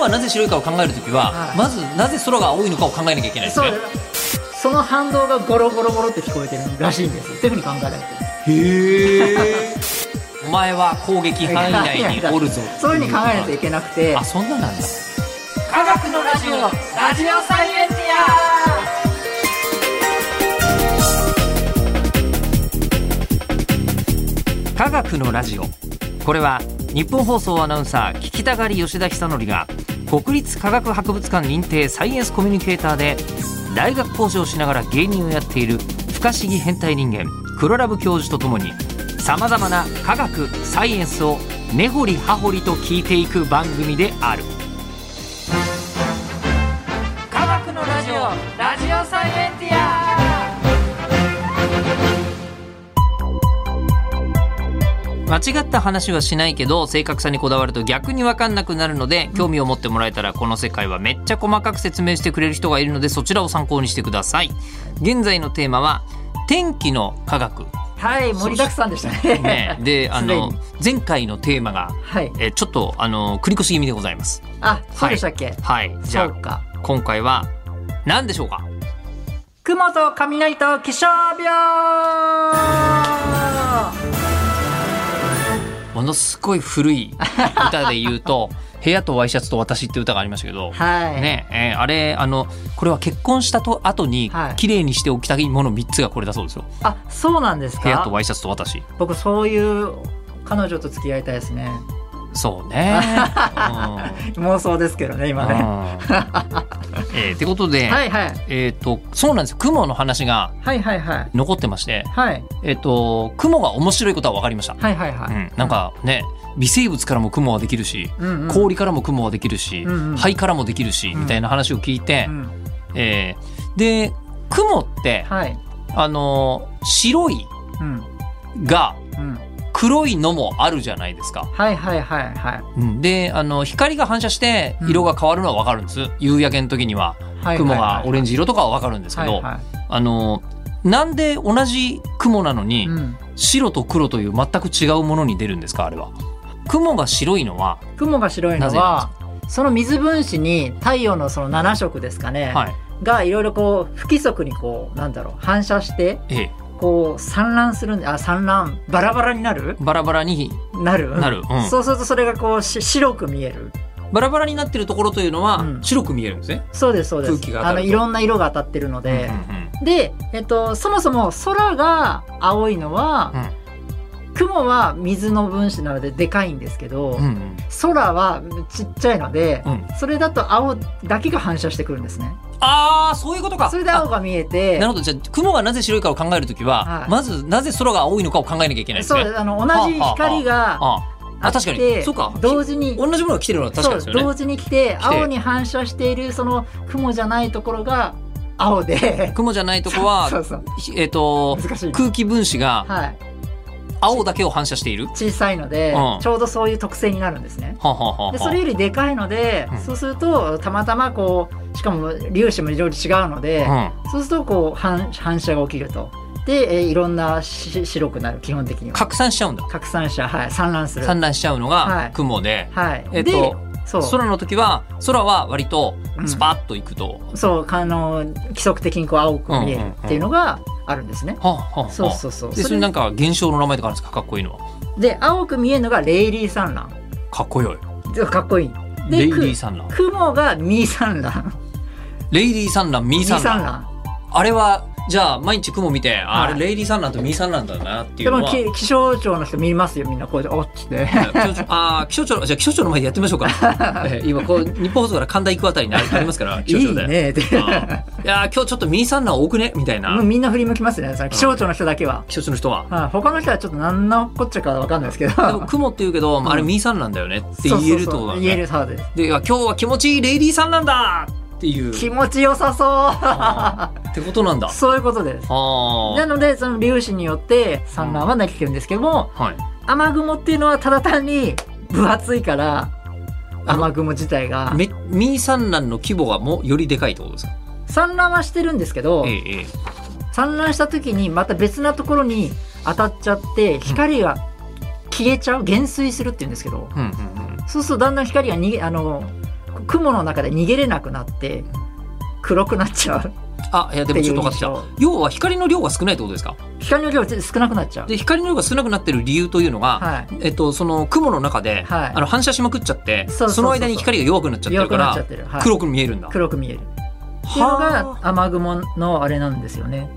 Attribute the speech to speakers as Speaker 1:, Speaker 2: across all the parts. Speaker 1: はなぜ白いかを考えるときは、
Speaker 2: はい
Speaker 1: まずなぜ空が青いのかを考えなきゃいけないです
Speaker 2: そ
Speaker 1: ね
Speaker 2: うその反動がゴロゴロゴロって聞こえてるらしいんですよっていうふうに考えられてる
Speaker 1: へえお前は攻撃範囲内におるぞ
Speaker 2: そういうふうに考えないといけなくて
Speaker 1: あそんななんだ
Speaker 2: 科学のラジオラジオサイエンティ
Speaker 1: 科学のラジオこれは日本放送アナウンサー聞きたがり吉田久典が国立科学博物館認定サイエンスコミュニケーターで大学講師をしながら芸人をやっている不可思議変態人間黒ラブ教授とともにさまざまな科学サイエンスを根掘り葉掘りと聞いていく番組である
Speaker 2: 科学のラジオラジオサイエンティア
Speaker 1: 間違った話はしないけど正確さにこだわると逆に分かんなくなるので興味を持ってもらえたらこの世界はめっちゃ細かく説明してくれる人がいるのでそちらを参考にしてください現在のテーマは天気の科学、
Speaker 2: はい盛りだくさんでしたね
Speaker 1: ね、であ
Speaker 2: すでに
Speaker 1: の前回のテーマが
Speaker 2: はい
Speaker 1: えちょっとあの繰り越し気味でございます
Speaker 2: あそうでしたっけ、
Speaker 1: はいじゃ
Speaker 2: そ
Speaker 1: あ
Speaker 2: うか
Speaker 1: 今回は何でしょうか
Speaker 2: 雲と雷と気象病
Speaker 1: ものすごい古い歌で言う と「部屋とワイシャツと私」って歌がありましたけど
Speaker 2: はい、
Speaker 1: ねえーあれあのこれは結婚したと後に
Speaker 2: はい
Speaker 1: 綺麗にしておきたいもの3つがこれだそうですよ
Speaker 2: あそうなんです
Speaker 1: 部屋と
Speaker 2: か
Speaker 1: ワイシャツと私
Speaker 2: 僕そういう彼女と付き合いたいですね
Speaker 1: そう ね、
Speaker 2: 妄想ですけどね
Speaker 1: うん
Speaker 2: 今ね
Speaker 1: うんえーってことで、
Speaker 2: はいはい
Speaker 1: えっ、とそうなんですよ雲の話が
Speaker 2: はいはいはい
Speaker 1: 残ってまして
Speaker 2: はい
Speaker 1: えっ、と雲が面白いことは分かりました、
Speaker 2: はいはいは
Speaker 1: う
Speaker 2: い、
Speaker 1: ん、なんかね微生物からも雲はできるし
Speaker 2: うんうん、
Speaker 1: 氷からも雲はできるし、
Speaker 2: うんうん
Speaker 1: 灰からもできるし、
Speaker 2: うん
Speaker 1: みたいな話を聞いて
Speaker 2: う、ん、
Speaker 1: えーで雲って
Speaker 2: はい
Speaker 1: あのー白い
Speaker 2: うん
Speaker 1: が
Speaker 2: うん
Speaker 1: 黒いのもあるじゃないですか。
Speaker 2: はいはいはいはい
Speaker 1: で、あの、光が反射して色が変わるのはわかるんです。夕焼けの時には
Speaker 2: はい
Speaker 1: 雲がオレンジ色とかはわかるんですけ
Speaker 2: はい
Speaker 1: ど、
Speaker 2: は
Speaker 1: あの、なんで同じ雲なの
Speaker 2: い
Speaker 1: に
Speaker 2: うん、
Speaker 1: 白と黒という全く違うものに出るんですかあれは。雲が白いのは、
Speaker 2: 雲が白い
Speaker 1: な
Speaker 2: の
Speaker 1: ぜなん
Speaker 2: はその水分子に太陽のその7色ですかね、
Speaker 1: はい。
Speaker 2: がいろいろこう不規則にこうなんだろう反射して
Speaker 1: ええ、
Speaker 2: こう散乱するんであ散乱バラバラになる
Speaker 1: バラバラに
Speaker 2: なる
Speaker 1: なる、うん
Speaker 2: そうするとそれがこうし白く見える
Speaker 1: バラバラになってるところというのは
Speaker 2: うん
Speaker 1: 白く見えるんですね。
Speaker 2: そうですそうです
Speaker 1: 空気が当た
Speaker 2: あ
Speaker 1: ると
Speaker 2: のいろんな色が当たってるので、で、えっと、そもそも空が青いのは、雲は水の分子なのででかいんですけど、
Speaker 1: うんうんうん
Speaker 2: 空はちっちゃいので、
Speaker 1: うん
Speaker 2: それだと青だけが反射してくるんですね
Speaker 1: ああ、そういうことか。
Speaker 2: それで青が見えて
Speaker 1: なるほどじゃあ雲がなぜ白いかを考えるときは、
Speaker 2: はい
Speaker 1: まずなぜ空が青いのかを考えなきゃいけないです
Speaker 2: そう
Speaker 1: ね。
Speaker 2: ですあの同じ光が
Speaker 1: ああ
Speaker 2: あ
Speaker 1: あ
Speaker 2: って
Speaker 1: 確かにそうか
Speaker 2: 同時に
Speaker 1: 同じものが来てるのは確かで
Speaker 2: そうですす
Speaker 1: よね
Speaker 2: 同時に来て青に反射しているその雲じゃないところが青で
Speaker 1: 雲じゃないとこは
Speaker 2: そうそう
Speaker 1: ひえっ、と
Speaker 2: 難しい
Speaker 1: 空気分子が
Speaker 2: はい
Speaker 1: 青だけを反射している
Speaker 2: 小さいので、
Speaker 1: うん
Speaker 2: ちょうどそういう特性になるんですね
Speaker 1: はあはあはあ
Speaker 2: でそれよりでかいので、
Speaker 1: うん
Speaker 2: そうするとたまたまこうしかも粒子もいろいろ違うので、
Speaker 1: うん
Speaker 2: そうするとこう反反射が起きるとで、えーいろんなし白くなる基本的には
Speaker 1: 拡散しちゃうんだ
Speaker 2: 拡散射はい散乱する
Speaker 1: 散乱しちゃうの
Speaker 2: は
Speaker 1: が
Speaker 2: い
Speaker 1: 雲で、
Speaker 2: はい、
Speaker 1: えっ
Speaker 2: で
Speaker 1: と
Speaker 2: そうそ
Speaker 1: 空の時は空は割と
Speaker 2: うん
Speaker 1: スパッといくと、
Speaker 2: うあの規則的にこう青く見えるっていうのがあるんですね、
Speaker 1: はあはあはあ
Speaker 2: そうそうそう
Speaker 1: でそ
Speaker 2: それ
Speaker 1: れなんか現象の名前とかあるんですかかっこいいのは
Speaker 2: で青く見えるのがレイリー産卵
Speaker 1: かっこよい
Speaker 2: でかっこいいで
Speaker 1: レイリー産卵
Speaker 2: 雲がミー産卵
Speaker 1: レイリー産卵ミー
Speaker 2: ミー
Speaker 1: 産
Speaker 2: 産
Speaker 1: 卵
Speaker 2: 卵
Speaker 1: あれは、じゃあ、毎日雲見て、ああ
Speaker 2: はい
Speaker 1: れ、レイリー産卵とミー産卵だなってい
Speaker 2: で
Speaker 1: うの
Speaker 2: も
Speaker 1: は。
Speaker 2: き気象庁の人見ますよみんなこうやっておっつって
Speaker 1: 気象庁ああ、気象庁の、じゃあ気象庁の前でやってみま しょうか。えー今、こう、日本放送から神田行くあたりにあありますから、気象
Speaker 2: い
Speaker 1: 庁
Speaker 2: い
Speaker 1: で。
Speaker 2: ねって
Speaker 1: あ ーいやー今日ちょっとミー産卵多くねみたい
Speaker 2: もう
Speaker 1: な。
Speaker 2: みんな振り向きますねその気象庁の人だけは、
Speaker 1: 気象庁の人は。
Speaker 2: はい他の人はちょっと何のこっちゃかわかんないですけど
Speaker 1: でも雲って言うけど、まああれミー産卵だよねって言えると思
Speaker 2: そうそううそ
Speaker 1: ん
Speaker 2: う
Speaker 1: だ
Speaker 2: 言え
Speaker 1: よね
Speaker 2: るそうです
Speaker 1: で、いや今日は気持ちいいレイリー産卵だっていう。
Speaker 2: 気持ちよさそ
Speaker 1: あーってことなんだ。
Speaker 2: う そういうことです
Speaker 1: あ
Speaker 2: なのでその粒子によって産卵はできてるんですけども、
Speaker 1: あ。はい。
Speaker 2: 雨雲っていうのはただ単に分厚いから雨雲自体が
Speaker 1: めミー産卵の規模がもうよりでかいってことですか
Speaker 2: 産卵はしてるんですけど、
Speaker 1: ええ、ええ。
Speaker 2: 産卵した時にまた別なところに当たっちゃって光が消えちゃう減衰するって言うんですけど
Speaker 1: うんうんうん。
Speaker 2: そうするとだんだん光が逃げあの雲の中で逃げれなくなって黒くなっちゃう
Speaker 1: あいやでもちょっと分かってき
Speaker 2: って
Speaker 1: た
Speaker 2: いう印
Speaker 1: 要は光の量が少ないってことですか
Speaker 2: 光の量少なくなっちゃう
Speaker 1: で光の量が少なくなってる理由というのが、
Speaker 2: はい
Speaker 1: えっと、その雲の中で、
Speaker 2: はい
Speaker 1: あの反射しまくっちゃって
Speaker 2: そうそうそうそう
Speaker 1: その間に光が弱くなっちゃってる
Speaker 2: 弱
Speaker 1: か
Speaker 2: くなっちゃ
Speaker 1: ら
Speaker 2: ってる、はい
Speaker 1: 黒く見えるんだ。
Speaker 2: 黒く見えるっていうの
Speaker 1: は
Speaker 2: が
Speaker 1: あ
Speaker 2: 雨雲のあれなんですよね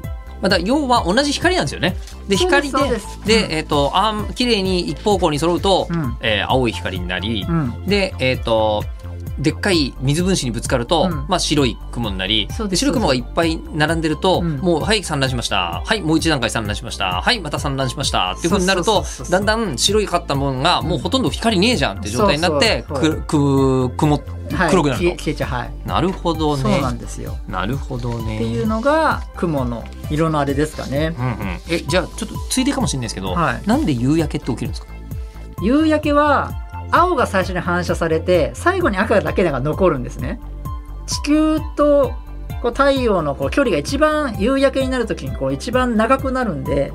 Speaker 1: まあだから要は同じ光なんですよね。で
Speaker 2: そう
Speaker 1: 光
Speaker 2: です
Speaker 1: でで
Speaker 2: そうです
Speaker 1: えっとあん綺麗に一方向に揃うと、
Speaker 2: うん
Speaker 1: えー青い光になり、
Speaker 2: うん
Speaker 1: でえっ、とでっかい水分子にぶつかると、
Speaker 2: うん
Speaker 1: まあ、白い雲になり
Speaker 2: そう
Speaker 1: で
Speaker 2: です
Speaker 1: 白い雲がいっぱい並んでると、
Speaker 2: うん
Speaker 1: もうはい散乱しましたはいもう一段階散乱しましたはいまた散乱しましたっていうふうになる
Speaker 2: そ
Speaker 1: と
Speaker 2: うそうそうそう
Speaker 1: だんだん白いかったものがもうほとんど光ねえじゃんって状態になって
Speaker 2: そうそうそ
Speaker 1: くく雲
Speaker 2: はい
Speaker 1: 黒くなる
Speaker 2: 消
Speaker 1: の
Speaker 2: え、消えちゃうはい
Speaker 1: なるほど
Speaker 2: そう
Speaker 1: ね
Speaker 2: なんですよ
Speaker 1: なるほどね
Speaker 2: っていうのが雲の色のあれですかね
Speaker 1: うんうん、えじゃあちょっとついでかもしれないですけど、
Speaker 2: はい
Speaker 1: なんで夕焼けって起きるんですか
Speaker 2: 夕焼けは青が最初に反射されて最後に赤だけが残るんですね地球とこう太陽のこう距離が一番夕焼けになる時にこう一番長くなるんで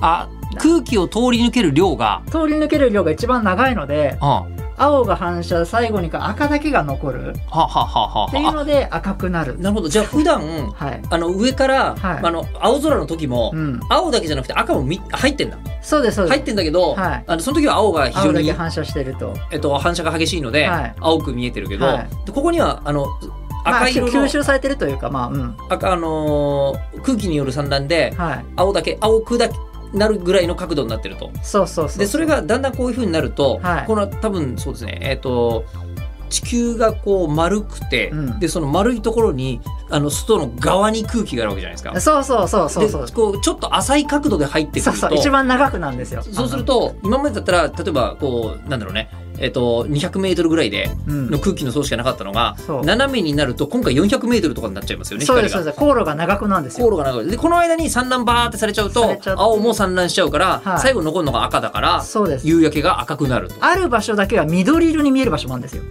Speaker 1: あ空気を通り抜ける量が、
Speaker 2: 通り抜ける量が一番長いので
Speaker 1: うん、は
Speaker 2: 青が反射最後にか赤だけが残る
Speaker 1: はははは
Speaker 2: っていうので赤くなる
Speaker 1: あなるほどじゃあ普段
Speaker 2: はい、
Speaker 1: あの上から、
Speaker 2: はい
Speaker 1: あの青空の時も、
Speaker 2: うん、
Speaker 1: 青だけじゃなくて赤もみ入ってんだ
Speaker 2: そうですそうで
Speaker 1: 入っ
Speaker 2: す
Speaker 1: てんだけど、
Speaker 2: はい
Speaker 1: あのその時は青が非常
Speaker 2: 青だけ
Speaker 1: に、
Speaker 2: 反射してると
Speaker 1: えっと、反射が激しいので、
Speaker 2: はい
Speaker 1: 青く見えてるけど、
Speaker 2: はい
Speaker 1: でここにはあの
Speaker 2: まあ
Speaker 1: 赤色の、
Speaker 2: 吸収されてるというかまあうん
Speaker 1: 赤あのー空気による散乱で
Speaker 2: はい
Speaker 1: 青だけ青くだけなるぐらいの角度になってると。
Speaker 2: そうそうそう
Speaker 1: でそれがだんだんこういうふうになると、
Speaker 2: はい
Speaker 1: この多分そうですねえっ、と地球がこう丸くて、
Speaker 2: うん
Speaker 1: でその丸いところにあの外の側に空気があるわけじゃないですか。
Speaker 2: そうそうそうそうそう
Speaker 1: でこうちょっと浅い角度で入ってくると
Speaker 2: そうそう一番長くなんですよ
Speaker 1: そうすると今までだったら例えばこうなんだろうねえっ、と 200m ぐらいで
Speaker 2: うん
Speaker 1: の空気の層しかなかったのが、
Speaker 2: そう
Speaker 1: 斜めになると今回 400m とかになっちゃいますよね
Speaker 2: そう
Speaker 1: 光が。
Speaker 2: ですそうです航路が長くなんです
Speaker 1: 航
Speaker 2: よ
Speaker 1: 路が長いでこの間に産卵バーってされちゃう
Speaker 2: さ
Speaker 1: と
Speaker 2: れちゃって
Speaker 1: 青も産卵しちゃうから、
Speaker 2: はい
Speaker 1: 最後残るのが赤だから
Speaker 2: そうです
Speaker 1: 夕焼けが赤くなると。
Speaker 2: ある場所だけは緑色に見える場所もあるんですよ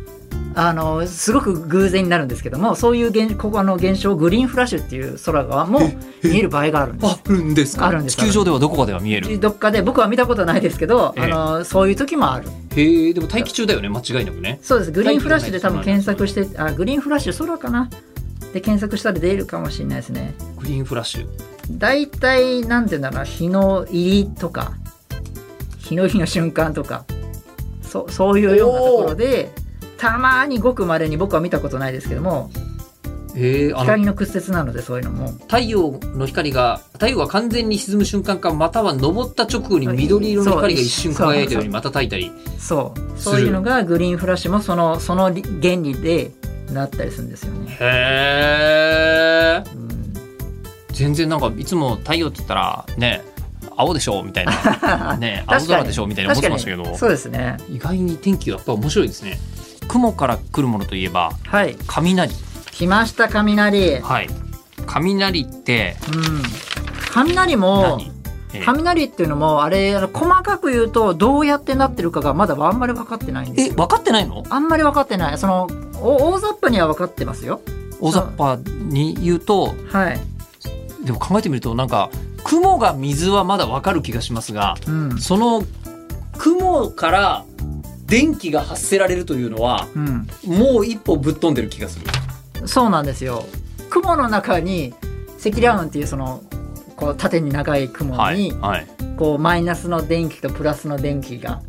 Speaker 2: あのすごく偶然になるんですけどもそういう現ここあの現象グリーンフラッシュっていう空側も見える場合があるんです
Speaker 1: あるんですか
Speaker 2: あるんです
Speaker 1: 地球上ではどこかでは見える
Speaker 2: どっかで僕は見たことないですけど、
Speaker 1: ええ
Speaker 2: あのそういう時もある
Speaker 1: へえでも大気中だよね間違いなくね
Speaker 2: そうですグリーンフラッシュで多分検索してあグリーンフラッシュ空かなで検索したら出るかもしれないですね
Speaker 1: グリーンフラッシュ
Speaker 2: だいたいなんていうんだろうな日の入りとか日の日の瞬間とかそそういうようなところでたまにごくまれに僕は見たことないですけども
Speaker 1: へえあの
Speaker 2: 光の屈折なのでそういうのも
Speaker 1: 太陽の光が太陽が完全に沈む瞬間かまたは昇った直後に緑色の光が一瞬輝いたようにまた焚いたり
Speaker 2: そう
Speaker 1: する
Speaker 2: そういうのがグリーンフラッシュもそのその原理でなったりするんですよね。
Speaker 1: へえ
Speaker 2: うん、
Speaker 1: 全然なんかいつも太陽って言ったらね青でしょみたい なね青
Speaker 2: 確かに
Speaker 1: 空でしょみたいな思ってましたけど
Speaker 2: そうですね
Speaker 1: 意外に天気はやっぱ面白いですね雲から来るものといえば
Speaker 2: はい
Speaker 1: 雷
Speaker 2: 来ました雷、うん、
Speaker 1: はい雷って
Speaker 2: 雷も
Speaker 1: 何ええ
Speaker 2: 雷っていうのもあれあの細かく言うとどうやってなってるかがまだあんまり分かってないんです
Speaker 1: え
Speaker 2: よ
Speaker 1: 分かってないの
Speaker 2: あんまり分かってないそのお大雑把には分かってますよ
Speaker 1: 大雑把に言うと
Speaker 2: はい、
Speaker 1: でも考えてみるとなんか雲が水はまだわかる気がしますが
Speaker 2: うん
Speaker 1: その雲から電気が発せられるというのは
Speaker 2: うん、
Speaker 1: もう一歩ぶっ飛んでる気がする。
Speaker 2: そうなんですよ雲の中に積乱雲っていうそのこう縦に長い雲に、
Speaker 1: はい。
Speaker 2: こうマイナスの電気とプラスの電気が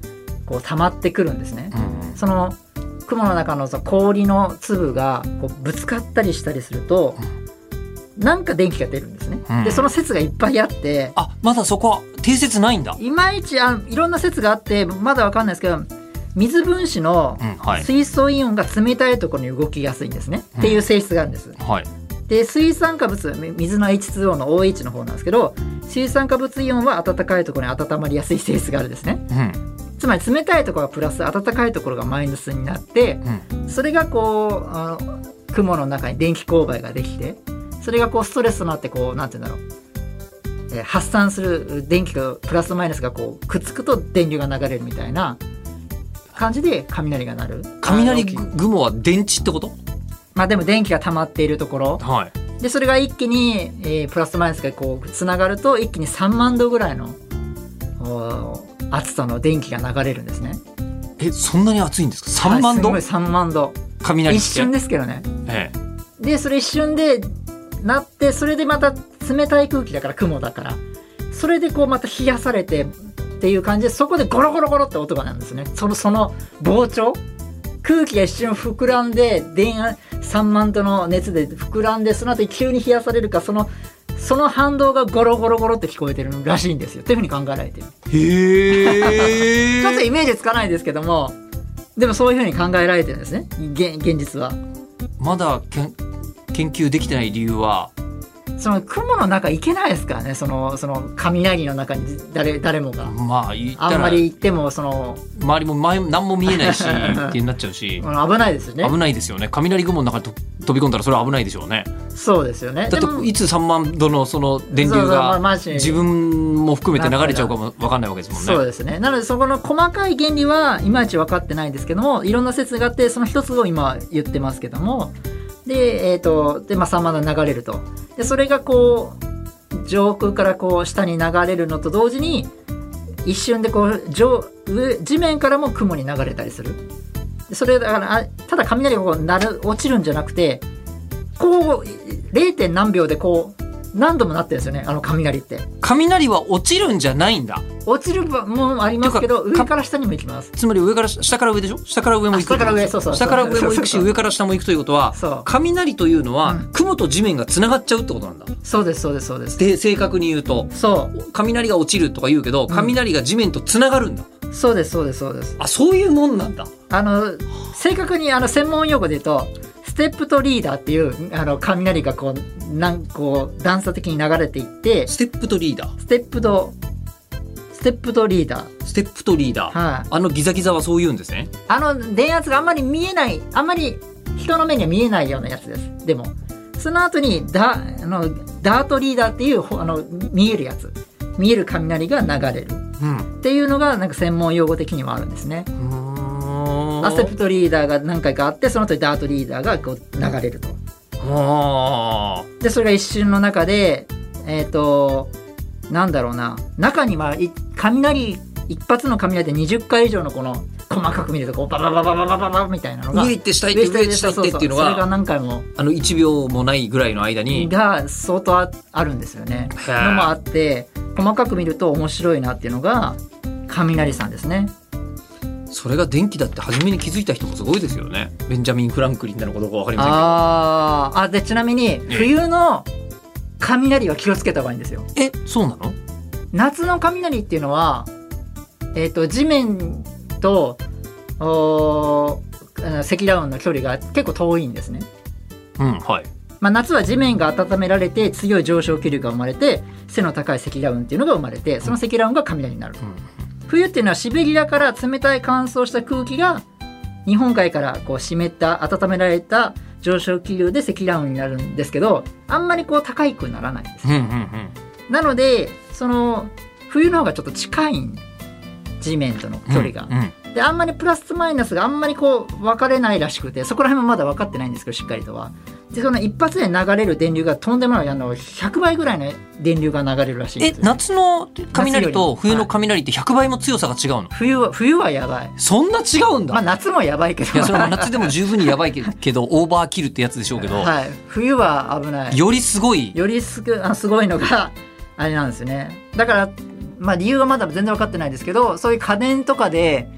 Speaker 2: こう溜まってくるんですね。
Speaker 1: うん
Speaker 2: その雲の中のその氷の粒がこうぶつかったりしたりするとなんか電気が出るんですね。
Speaker 1: うん
Speaker 2: でその説がいっぱいあって
Speaker 1: あまだそこは定説ないんだ。
Speaker 2: いまいちあいろんな説があってまだわかんないですけど水分子の
Speaker 1: うんはい
Speaker 2: 水素イオンが冷たいところに動きやすいんですね、っていう性質があるんです。
Speaker 1: はい。
Speaker 2: で水酸化物み水の H2O の OH の方なんですけど水酸化物イオンは温かいところに温まりやすい性質があるんですね。
Speaker 1: うん
Speaker 2: つまり冷たいところがプラス暖かいところがマイナスになって
Speaker 1: うん
Speaker 2: それがこうあの雲の中に電気勾配ができてそれがこうストレスとなってこうなんて言うんだろう、えー発散する電気がプラスマイナスがこうくっつくと電流が流れるみたいな感じで雷が鳴る
Speaker 1: 雷
Speaker 2: あの
Speaker 1: 雲は電池ってこと？
Speaker 2: まあでも電気が溜まっているところ
Speaker 1: はい。
Speaker 2: でそれが一気に、えープラスマイナスがこうつながると一気に3万度ぐらいのおー暑さの電気が流れるんですね
Speaker 1: えそんなに暑いんですか？三万度
Speaker 2: はいすごい3万度
Speaker 1: 雷
Speaker 2: 一
Speaker 1: ってや
Speaker 2: 瞬ですけどね
Speaker 1: ええ
Speaker 2: でそれ一瞬でなってそれでまた冷たい空気だから雲だからそれでこうまた冷やされてっていう感じでそこでゴロゴロゴロって音がなんですねそのその膨張空気が一瞬膨らんで電圧3万度の熱で膨らんでその後に急に冷やされるかそのその反動がゴロゴロゴロって聞こえてるらしいんですよっていうふうに考えられてる
Speaker 1: へえ
Speaker 2: ちょっとイメージつかないですけどもでもそういうふうに考えられてるんですね現現実は
Speaker 1: まだけん研究できてない理由は
Speaker 2: その雲の中行けないですからねそのその雷の中に誰誰もが
Speaker 1: まあ言っ
Speaker 2: あ
Speaker 1: た
Speaker 2: んま
Speaker 1: ら
Speaker 2: り行ってもその
Speaker 1: 周りも前何も見え ないしってなっちゃうし
Speaker 2: あの危ないですよね
Speaker 1: 危ないですよね雷雲の中にと飛び込んだらそれは危ないでしょうね
Speaker 2: そうですよね
Speaker 1: だ
Speaker 2: で
Speaker 1: っ
Speaker 2: も
Speaker 1: ていつ3万度のその電
Speaker 2: そう
Speaker 1: 流
Speaker 2: そうまあ
Speaker 1: が
Speaker 2: マジ
Speaker 1: 自分も含めて流れちゃうかも分かんないわけですもんね
Speaker 2: そうですねなのでそこの細かい原理はいまいち分かってないんですけどもいろんな説があってその一つを今言ってますけどもでえっ、とでまあ3万段流れるとでそれがこう上空からこう下に流れるのと同時に一瞬でこう上上地面からも雲に流れたりするでそれだからあただ雷がこうなる落ちるんじゃなくてこう 0. 何秒でこう何度もなってるんですよねあの雷って。
Speaker 1: 雷は落ちるんじゃないんだ
Speaker 2: 落ちる場もありますけど
Speaker 1: ていうか
Speaker 2: 上から下にも行きます
Speaker 1: つまり上から下から上でしょ下から上も行く
Speaker 2: あ下から上そうそう
Speaker 1: 下から上も行くし
Speaker 2: そうそうそう
Speaker 1: 上から下も行くということは
Speaker 2: そう
Speaker 1: 雷というのは、
Speaker 2: うん
Speaker 1: 雲と地面がつながっちゃうってことなんだ
Speaker 2: そうですそうですそうです
Speaker 1: で正確に言うと
Speaker 2: そう
Speaker 1: 雷が落ちるとか言うけど
Speaker 2: ん
Speaker 1: 雷が地面とつながるんだ、
Speaker 2: そうですそうですそうです
Speaker 1: あそういうもんなんだ
Speaker 2: あの正確にあの専門用語で言うとステップとリーダーっていうあの雷がこうなんこう段差的に流れていって
Speaker 1: ステップとリーダー
Speaker 2: ステップとステップとリーダー
Speaker 1: ステップとリーダー、
Speaker 2: はい、
Speaker 1: あのギザギザはそう言うんですね
Speaker 2: あの電圧があんまり見えないあんまり人の目には見えないようなやつですでもその後にダあのダートリーダーっていうほあの見えるやつ見える雷が流れる
Speaker 1: うん
Speaker 2: っていうのがなんか専門用語的にもあるんですね。アセプトリーダーが何回かあってその後にダートリーダーがこう流れると。
Speaker 1: あ
Speaker 2: でそれが一瞬の中でえっ、となんだろうな中にはい雷一発の雷で20回以上のこの細かく見るとこうババババババババみたいなのが
Speaker 1: 上行って下行って上行って下行ってっていうの
Speaker 2: それが
Speaker 1: が
Speaker 2: 何回も
Speaker 1: あの1秒もないぐらいの間に
Speaker 2: が相当ああるんですよね。
Speaker 1: へー
Speaker 2: のもあって細かく見ると面白いなっていうのが雷さんですね。
Speaker 1: それが電気だって初めに気づいた人もすごいですよねベンジャミン・フランクリンなのかどうか分かりま
Speaker 2: あーあでちなみに冬の雷は気をつけた方がいいんですよ
Speaker 1: せんけどえそうなの
Speaker 2: 夏の雷っていうのは、えー、と地面とおーうん積乱雲の距離が結構遠いんですね、
Speaker 1: うんはい
Speaker 2: まあ、夏は地面が温められて強い上昇気流が生まれて背の高い積乱雲っていうのが生まれてその積乱雲が雷になる冬っていうのはシベリアから冷たい乾燥した空気が日本海からこう湿った温められた上昇気流で積乱雲になるんですけどあんまりこう高いくならないんです
Speaker 1: うんうんうん
Speaker 2: なのでその冬の方がちょっと近い地面との距離が
Speaker 1: う、んうん
Speaker 2: であんまりプラスとマイナスがあんまりこう分かれないらしくてそこら辺もまだ分かってないんですけどしっかりとはでその一発で流れる電流がとんでもないあの100倍ぐらいの電流が流れるらしいん
Speaker 1: え
Speaker 2: ですよ
Speaker 1: 夏の雷と
Speaker 2: 夏より
Speaker 1: 冬の雷って100倍も強さが違うの
Speaker 2: 冬は冬はやばい
Speaker 1: そんな違うんだ、
Speaker 2: まあ夏もやばいけど
Speaker 1: いやそれは夏でも十分にやばいけけ どオーバーキルってやつでしょうけど、
Speaker 2: はい、冬は危ないよ
Speaker 1: よりすごい
Speaker 2: りすくあすごいのが あれなんですよねだから、まあ、理由はまだ全然分かってないですけどそういう家電とかで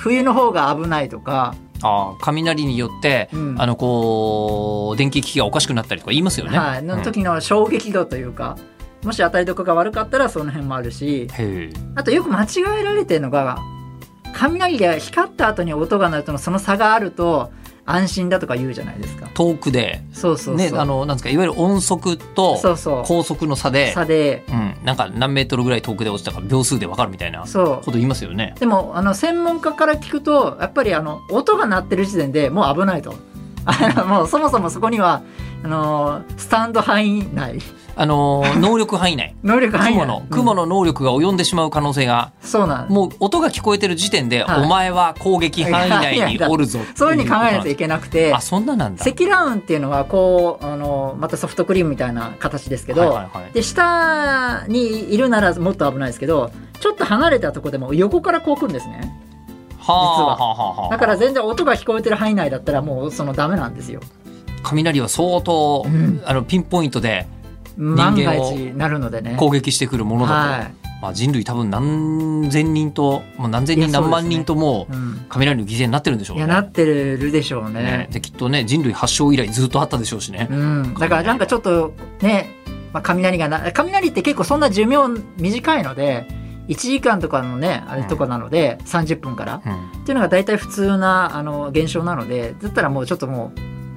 Speaker 2: 冬の方が危ないとか、
Speaker 1: あー雷によって、
Speaker 2: うん
Speaker 1: あのこう電気機器がおかしくなったりとか言いますよね。
Speaker 2: はい、の時の衝撃度というか、もし当たりどころが悪かったらその辺もあるし
Speaker 1: うんへえ
Speaker 2: あとよく間違えられてるのが雷が光った後に音が鳴るとのその差があると安心だとか言うじゃないですか
Speaker 1: 遠くで
Speaker 2: そうそうそ
Speaker 1: ね
Speaker 2: う、
Speaker 1: あのなんですかいわゆる音速と
Speaker 2: そうそう
Speaker 1: 高速の差で
Speaker 2: 差で
Speaker 1: うん、なんか何メートルぐらい遠くで落ちたか秒数でわかるみたいなこ
Speaker 2: そう
Speaker 1: と言いますよね。
Speaker 2: でもあの専門家から聞くとやっぱりあの音が鳴ってる時点でもう危ないと あのもうそもそもそこにはあのスタンド範囲内
Speaker 1: あの ー能力範囲内
Speaker 2: 能力範囲
Speaker 1: 雲
Speaker 2: 内
Speaker 1: の雲
Speaker 2: の、
Speaker 1: の能力が及んでしまう可能性が
Speaker 2: うんそうなん
Speaker 1: もう音が聞こえてる時点で、
Speaker 2: はい
Speaker 1: お前は攻撃範囲内におるぞって
Speaker 2: そういうふうに考えないとい
Speaker 1: け
Speaker 2: けなくて
Speaker 1: あそんななんだ。
Speaker 2: 積乱雲っていうのはこうあのまたソフトクリームみたいな形ですけど、
Speaker 1: はいはいはい
Speaker 2: で下にいるならもっと危ないですけどちょっと離れたとこでも横からこう来るんですね
Speaker 1: はあ、
Speaker 2: 実は
Speaker 1: はあはあ
Speaker 2: だから全然音が聞こえてる範囲内だったらもうそのダメなんですよ。
Speaker 1: 雷は相当、
Speaker 2: うん
Speaker 1: あのピンポイントで間を
Speaker 2: 万が一なるのでね。
Speaker 1: 攻撃してくるものだと、
Speaker 2: は
Speaker 1: まあ、人類多分何千人と、まあ、何千人
Speaker 2: いやそう
Speaker 1: 何
Speaker 2: ですね
Speaker 1: 万人とも
Speaker 2: い。うん。
Speaker 1: 雷の犠牲になってるんでしょう
Speaker 2: い
Speaker 1: ね
Speaker 2: やなってるでしょうね。
Speaker 1: ねできっとね人類発祥以来ずっとあったでしょうしね、
Speaker 2: うん。だからなんかちょっとね、まあ、雷がな雷って結構そんな寿命短いので1時間とかのねあれとかなので、30分から。
Speaker 1: うん
Speaker 2: っていうのが大体普通なあの現象なのでだったらもうちょっとも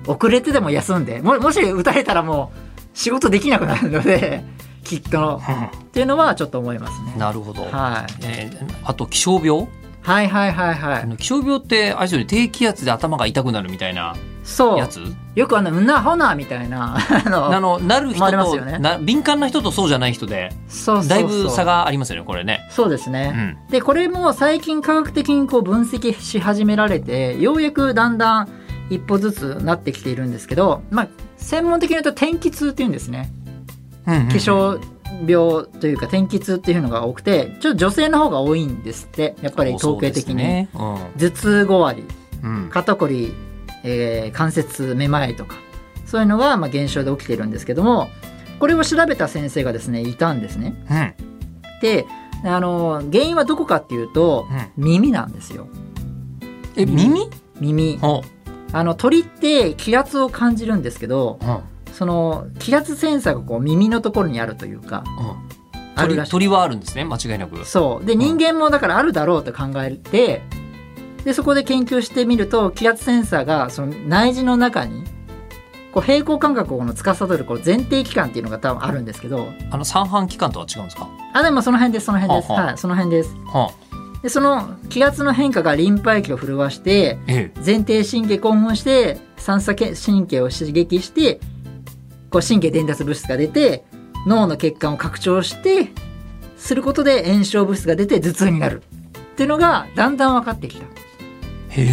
Speaker 2: う遅れてでも休んでももし打たれたらもう仕事できなくなるので きっとっていうのはちょっと思いますね。
Speaker 1: なるほど、
Speaker 2: はい、
Speaker 1: えーあと気象病
Speaker 2: はいはいはいは
Speaker 1: あ
Speaker 2: い
Speaker 1: の気象病ってあれですよね低気圧で頭が痛くなるみたいな
Speaker 2: そ
Speaker 1: や
Speaker 2: う
Speaker 1: つ
Speaker 2: よくあの「うなほな」みたいな あの
Speaker 1: なのなる人
Speaker 2: 回ります
Speaker 1: と、
Speaker 2: よね
Speaker 1: な敏感な人とそうじゃない人で
Speaker 2: そうそうそう
Speaker 1: だいぶ差がありますよねこれね。
Speaker 2: そうです
Speaker 1: う
Speaker 2: ね、
Speaker 1: ん
Speaker 2: でこれも最近科学的にこう分析し始められてようやくだんだん一歩ずつなってきているんですけど、まあ、専門的に言うと天気痛っていうんですね。
Speaker 1: うんうんうん
Speaker 2: 化粧病というか天気痛っていうのが多くてちょっと女性の方が多いんですってやっぱり統計的
Speaker 1: そ
Speaker 2: に、
Speaker 1: うですね
Speaker 2: 頭痛5割
Speaker 1: うんうん
Speaker 2: 肩こり、えー関節めまいとかそういうのがまあ現象で起きてるんですけどもこれを調べた先生がですねいたんですね
Speaker 1: うん
Speaker 2: であの原因はどこかっていうと
Speaker 1: うん
Speaker 2: 耳なんですよ
Speaker 1: え耳
Speaker 2: 耳
Speaker 1: ほ
Speaker 2: あの鳥って気圧を感じるんですけど
Speaker 1: ううん
Speaker 2: その気圧センサーがこう耳のところにあるというか
Speaker 1: うん
Speaker 2: ある
Speaker 1: 鳥
Speaker 2: らしい
Speaker 1: 鳥はあるんですね間違いなく。
Speaker 2: そうで
Speaker 1: ん
Speaker 2: 人間もだからあるだろうと考えてでそこで研究してみると気圧センサーがその内耳の中にこう平衡感覚をこの司るこう前提器官っていうのが多分あるんですけど
Speaker 1: あの三半規管とは違うんですか。
Speaker 2: あでもその辺ですその辺です
Speaker 1: はあはあ
Speaker 2: はいその辺です
Speaker 1: は
Speaker 2: でその気圧の変化がリンパ液を震わして
Speaker 1: ええ
Speaker 2: 前提神経興奮して三叉神経を刺激してこう神経伝達物質が出て脳の血管を拡張してすることで炎症物質が出て頭痛になるっていうのがだんだん分かってきたって
Speaker 1: へ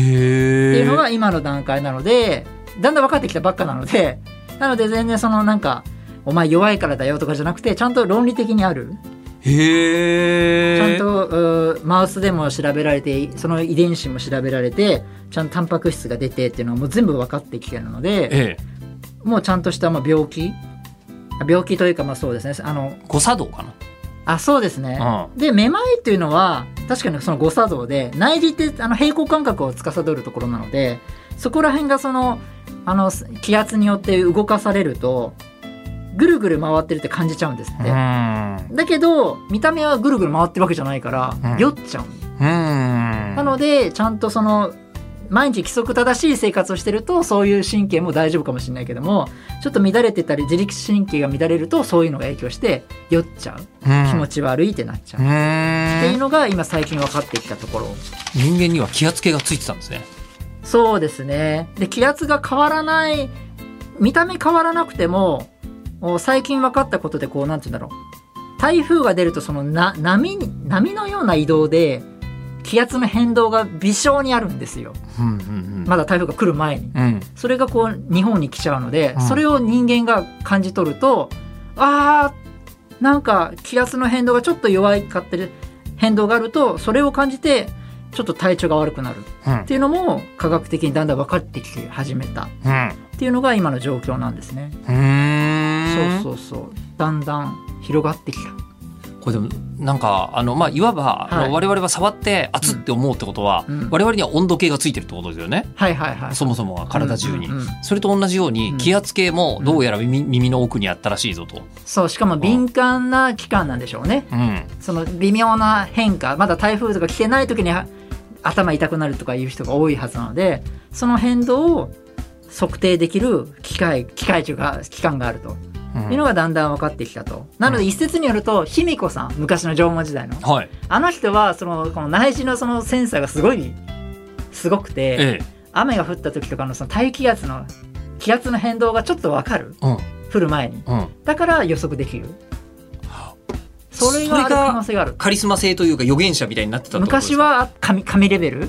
Speaker 2: い
Speaker 1: え
Speaker 2: うのが今の段階なのでだんだん分かってきたばっかなのでなので全然そのなんかお前弱いからだよとかじゃなくてちゃんと論理的にある
Speaker 1: へえ
Speaker 2: ちゃんとうーマウスでも調べられてその遺伝子も調べられてちゃんとタンパク質が出てっていうのはもう全部分かってきてるので。
Speaker 1: ええ
Speaker 2: もうちゃんとしたまあ病気あ病気というかまあそうですねあの
Speaker 1: 誤作動かな。
Speaker 2: あそうですね、
Speaker 1: う
Speaker 2: でめまいっていうのは確かにその誤作動で内耳ってあの平衡感覚を司るところなのでそこら辺がそのあのす気圧によって動かされるとぐるぐる回ってるって感じちゃうんですって、
Speaker 1: ん。
Speaker 2: だけど見た目はぐるぐる回ってるわけじゃないから、
Speaker 1: うん
Speaker 2: 酔っちゃう
Speaker 1: うん。
Speaker 2: なのでちゃんとその毎日規則正しい生活をしてるとそういう神経も大丈夫かもしれないけどもちょっと乱れてたり自律神経が乱れるとそういうのが影響して酔っちゃう気持
Speaker 1: ち。
Speaker 2: ち悪いってなっちゃう、
Speaker 1: う。
Speaker 2: っていうんのが今最近分かってきたところ
Speaker 1: 人間には気圧計がついてたんですね。
Speaker 2: そうですねで気圧が変わらない見た目変わらなくてもお最近分かったことでこうなんて言うんだろう台風が出るとそのな波に波のような移動で気圧の変動が微小にあるんですよ
Speaker 1: うんうん
Speaker 2: まだ台風が来る前に。
Speaker 1: うん。うん。
Speaker 2: それがこう日本に来ちゃうので、
Speaker 1: うん
Speaker 2: それを人間が感じ取るとあーなんか気圧の変動がちょっと弱いかってる変動があるとそれを感じてちょっと体調が悪くなるっ
Speaker 1: うん。
Speaker 2: ていうのも科学的にだんだん分かってきて始めたっ
Speaker 1: うん。
Speaker 2: ていうのが今の状況なんですね。
Speaker 1: うーん
Speaker 2: そうそうそうだんだん広がってきた。
Speaker 1: これでもなんかあのまあいわば、あの
Speaker 2: はい
Speaker 1: 我々は触って熱って思うってことは、
Speaker 2: うん
Speaker 1: 我々には温度計がついてるってことですよね、
Speaker 2: はいはいはい。
Speaker 1: そもそもは体中に、
Speaker 2: うんうんうん
Speaker 1: それと同じように、
Speaker 2: うん
Speaker 1: 気圧計もどうやら耳,、耳の奥にあったらしいぞと、
Speaker 2: そうしかも敏感な期間なんでしょうね。
Speaker 1: うん、
Speaker 2: その微妙な変化まだ台風とか来てない時には頭痛くなるとかいう人が多いはずなのでその変動を測定できる機械機械というか機関があると
Speaker 1: うん
Speaker 2: いうのがだんだん分かってきたと、なので一説によると卑弥呼さん昔の縄文時代の
Speaker 1: はい
Speaker 2: あの人はそのこの内耳のそのセンサーがすごいすごくて
Speaker 1: ええ
Speaker 2: 雨が降った時とかのその大気圧の気圧の変動がちょっと分かる
Speaker 1: うん
Speaker 2: 降る前に
Speaker 1: うん
Speaker 2: だから予測できるそれがある可能性がある
Speaker 1: カリスマ性というか預言者みたいになってたってことですか
Speaker 2: 昔は紙紙レベル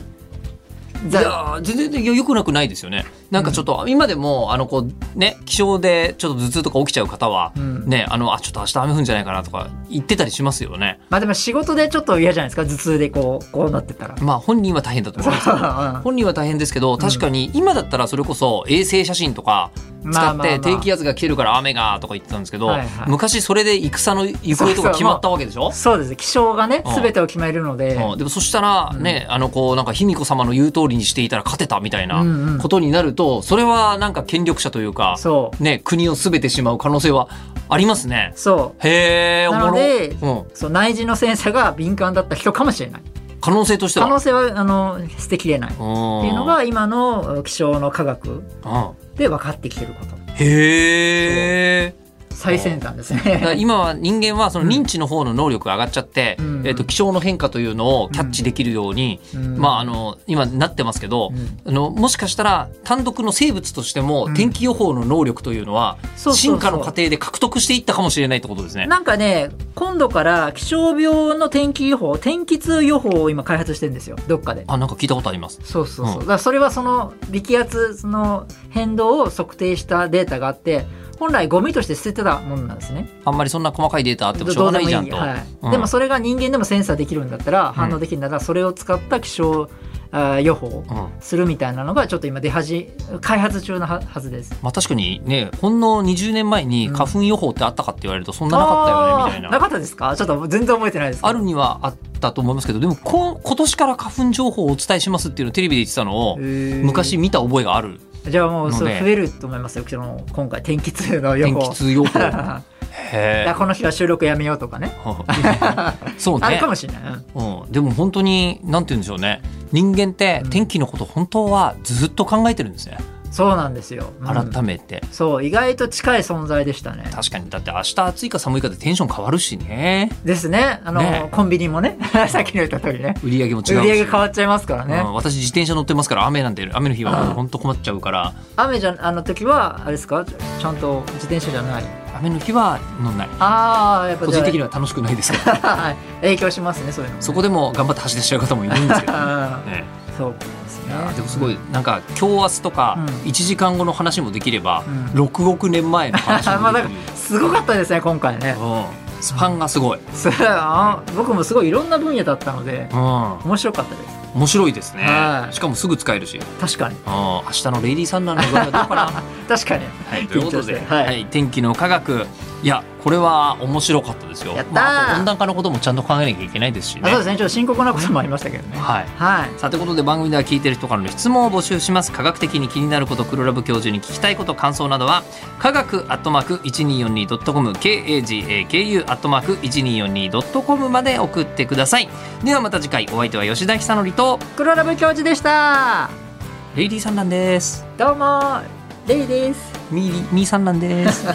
Speaker 1: いや
Speaker 2: ざ
Speaker 1: ー全然よよくなくないですよねなんかちょっと今でもあのこうね気象でちょっと頭痛とか起きちゃう方は、
Speaker 2: うん
Speaker 1: ねあのあちょっと明日雨降るんじゃないかなとか言ってたりしますよね。
Speaker 2: まあでも仕事でちょっと嫌じゃないですか頭痛でこうこうなって たら。
Speaker 1: まあ本人は大変だと思います けど。
Speaker 2: 使
Speaker 1: 本人は大変ですけど確かに今だったらそれこそ衛星写真とか使って低気圧が来てるから雨がとか言ってたんですけど、
Speaker 2: はいはい
Speaker 1: 昔それで戦の行方とか決まったわけでしょ
Speaker 2: そうですね気象がね
Speaker 1: うん
Speaker 2: 全てを決めるので、
Speaker 1: うんでもそしたらね、あのこうなんか卑弥呼様の言う通りにしていたら勝てたみたい
Speaker 2: うんう
Speaker 1: なんことになると、それはなんか権力者というか、
Speaker 2: そ
Speaker 1: ね、国をすべてしまう可能性はありますね
Speaker 2: う。そう
Speaker 1: へえ、おも
Speaker 2: なの
Speaker 1: ろ。
Speaker 2: で
Speaker 1: うん、
Speaker 2: そう内耳のセンサーが敏感だった人かもしれない
Speaker 1: 可能性として
Speaker 2: 可
Speaker 1: は。
Speaker 2: 能性はあの捨てきれないっ
Speaker 1: って
Speaker 2: いうのが今の気象の科学で分かってきてるこ
Speaker 1: へ
Speaker 2: と
Speaker 1: え。
Speaker 2: 最先端です
Speaker 1: だから
Speaker 2: ね。
Speaker 1: 今は人間はその認知の方の能力が上がっちゃって、
Speaker 2: うん
Speaker 1: えっと気象の変化というのをキャッチできるように、 まああ
Speaker 2: の、
Speaker 1: の今なってますけどあ
Speaker 2: う、ん
Speaker 1: のもしかしたら単独の生物としても
Speaker 2: うん
Speaker 1: 天気予報の能力というのは
Speaker 2: そうそうそう
Speaker 1: 進化の過程で獲得していったかもしれないってことですね。
Speaker 2: なんかね今度から気象病の天気予報天気痛予報を今開発してるんですよどっかで。
Speaker 1: あなんか聞いたことあります。
Speaker 2: そうそうそ
Speaker 1: う
Speaker 2: う、
Speaker 1: ん
Speaker 2: だからそれはその力圧その変動を測定したデータがあって本来ゴミとして捨ててたものなんですね。
Speaker 1: あんまりそんな細かいデータあってもしょう
Speaker 2: ど
Speaker 1: が
Speaker 2: うで
Speaker 1: な
Speaker 2: も
Speaker 1: い
Speaker 2: いい
Speaker 1: じゃんと。
Speaker 2: はい
Speaker 1: うん
Speaker 2: でもそれが人間でもセンサーできるんだったら反応できるんだったらそれを使った気象あー予報を
Speaker 1: うん
Speaker 2: するみたいなのがちょっと今出始開発中のははずです。
Speaker 1: まあ、確かにねほんの20年前に花粉予報ってあったかって言われるとそんななかったよねみたい
Speaker 2: あーな
Speaker 1: な。
Speaker 2: かったですかちょっと全然覚えてないですけど
Speaker 1: あるにはあったと思いますけどでもこ今年から花粉情報をお伝えしますっていうのをテレビで言ってたのを
Speaker 2: へー
Speaker 1: 昔見た覚えがある
Speaker 2: じゃあもう
Speaker 1: ので
Speaker 2: そう増えると思いますよその今回天気痛の予
Speaker 1: 天
Speaker 2: 報
Speaker 1: 気痛予報。
Speaker 2: だか
Speaker 1: へ
Speaker 2: らこの日は収録やめようとかね
Speaker 1: え。そう
Speaker 2: ある
Speaker 1: ね
Speaker 2: か。もしれない、うん
Speaker 1: うん、でも本当になんて言うんでしょうね人間って
Speaker 2: うん
Speaker 1: 天気のこと本当はずっと考えてるんですね
Speaker 2: そうなんですよ、うん
Speaker 1: 改めて、
Speaker 2: そう意外と近い存在でしたね
Speaker 1: 確かにだって明日暑いか寒いかでテンション変わるしね
Speaker 2: ですねあの
Speaker 1: ね
Speaker 2: コンビニもね さっきの言った通りね
Speaker 1: 売り上げも違うし
Speaker 2: 売り上げ変わっちゃいますからね、
Speaker 1: うん私自転車乗ってますから雨なんて雨の日はもう本当困っちゃうから
Speaker 2: 雨じゃあの時はあれですかちゃんと自転車じゃない
Speaker 1: 雨の日は乗んない
Speaker 2: ああやっぱ
Speaker 1: 個人的に
Speaker 2: に
Speaker 1: は楽しくないですから
Speaker 2: 影響しますねそういうのも
Speaker 1: そこでも頑張って走ってしちゃう方もいるん ですけど、ね
Speaker 2: あーそうですね
Speaker 1: でもすごいなんか今日明日とか
Speaker 2: うん
Speaker 1: 1時間後の話もできれば
Speaker 2: うん
Speaker 1: 6億年前の話
Speaker 2: あ ま
Speaker 1: もで
Speaker 2: あなん
Speaker 1: き
Speaker 2: か
Speaker 1: る、
Speaker 2: すごかったですね今回ね
Speaker 1: うん、スパンがすごい、
Speaker 2: そうあ僕もすごいいろんな分野だったので
Speaker 1: うん、面
Speaker 2: 面白かったです
Speaker 1: 白いですね
Speaker 2: はい
Speaker 1: しかもすぐ使えるし、うん、
Speaker 2: 確かに
Speaker 1: 明日のレイディーサンダーの具合はどうか な、は
Speaker 2: 確かに
Speaker 1: い、ということ
Speaker 2: 緊張
Speaker 1: で、
Speaker 2: してはい
Speaker 1: はい天気の科学いやこれは面白かったですよ
Speaker 2: やったー
Speaker 1: まあ、あと温暖化のこともちゃんと考えなきゃいけないですし
Speaker 2: あ
Speaker 1: ね
Speaker 2: そうですねちょっと深刻なこともありましたけどね
Speaker 1: はい
Speaker 2: はい
Speaker 1: さあということで番組では聞いてる人からの質問を募集します科学的に気になること黒ラブ教授に聞きたいこと感想などは科学アットマーク 1242.com KAGAKU アットマーク 1242.com まで送ってくださいではまた次回お相手は吉田久典と
Speaker 2: 黒ラブ教授でした
Speaker 1: レイディーさんなんです
Speaker 2: どうもレイです
Speaker 1: ミーミーさんなんです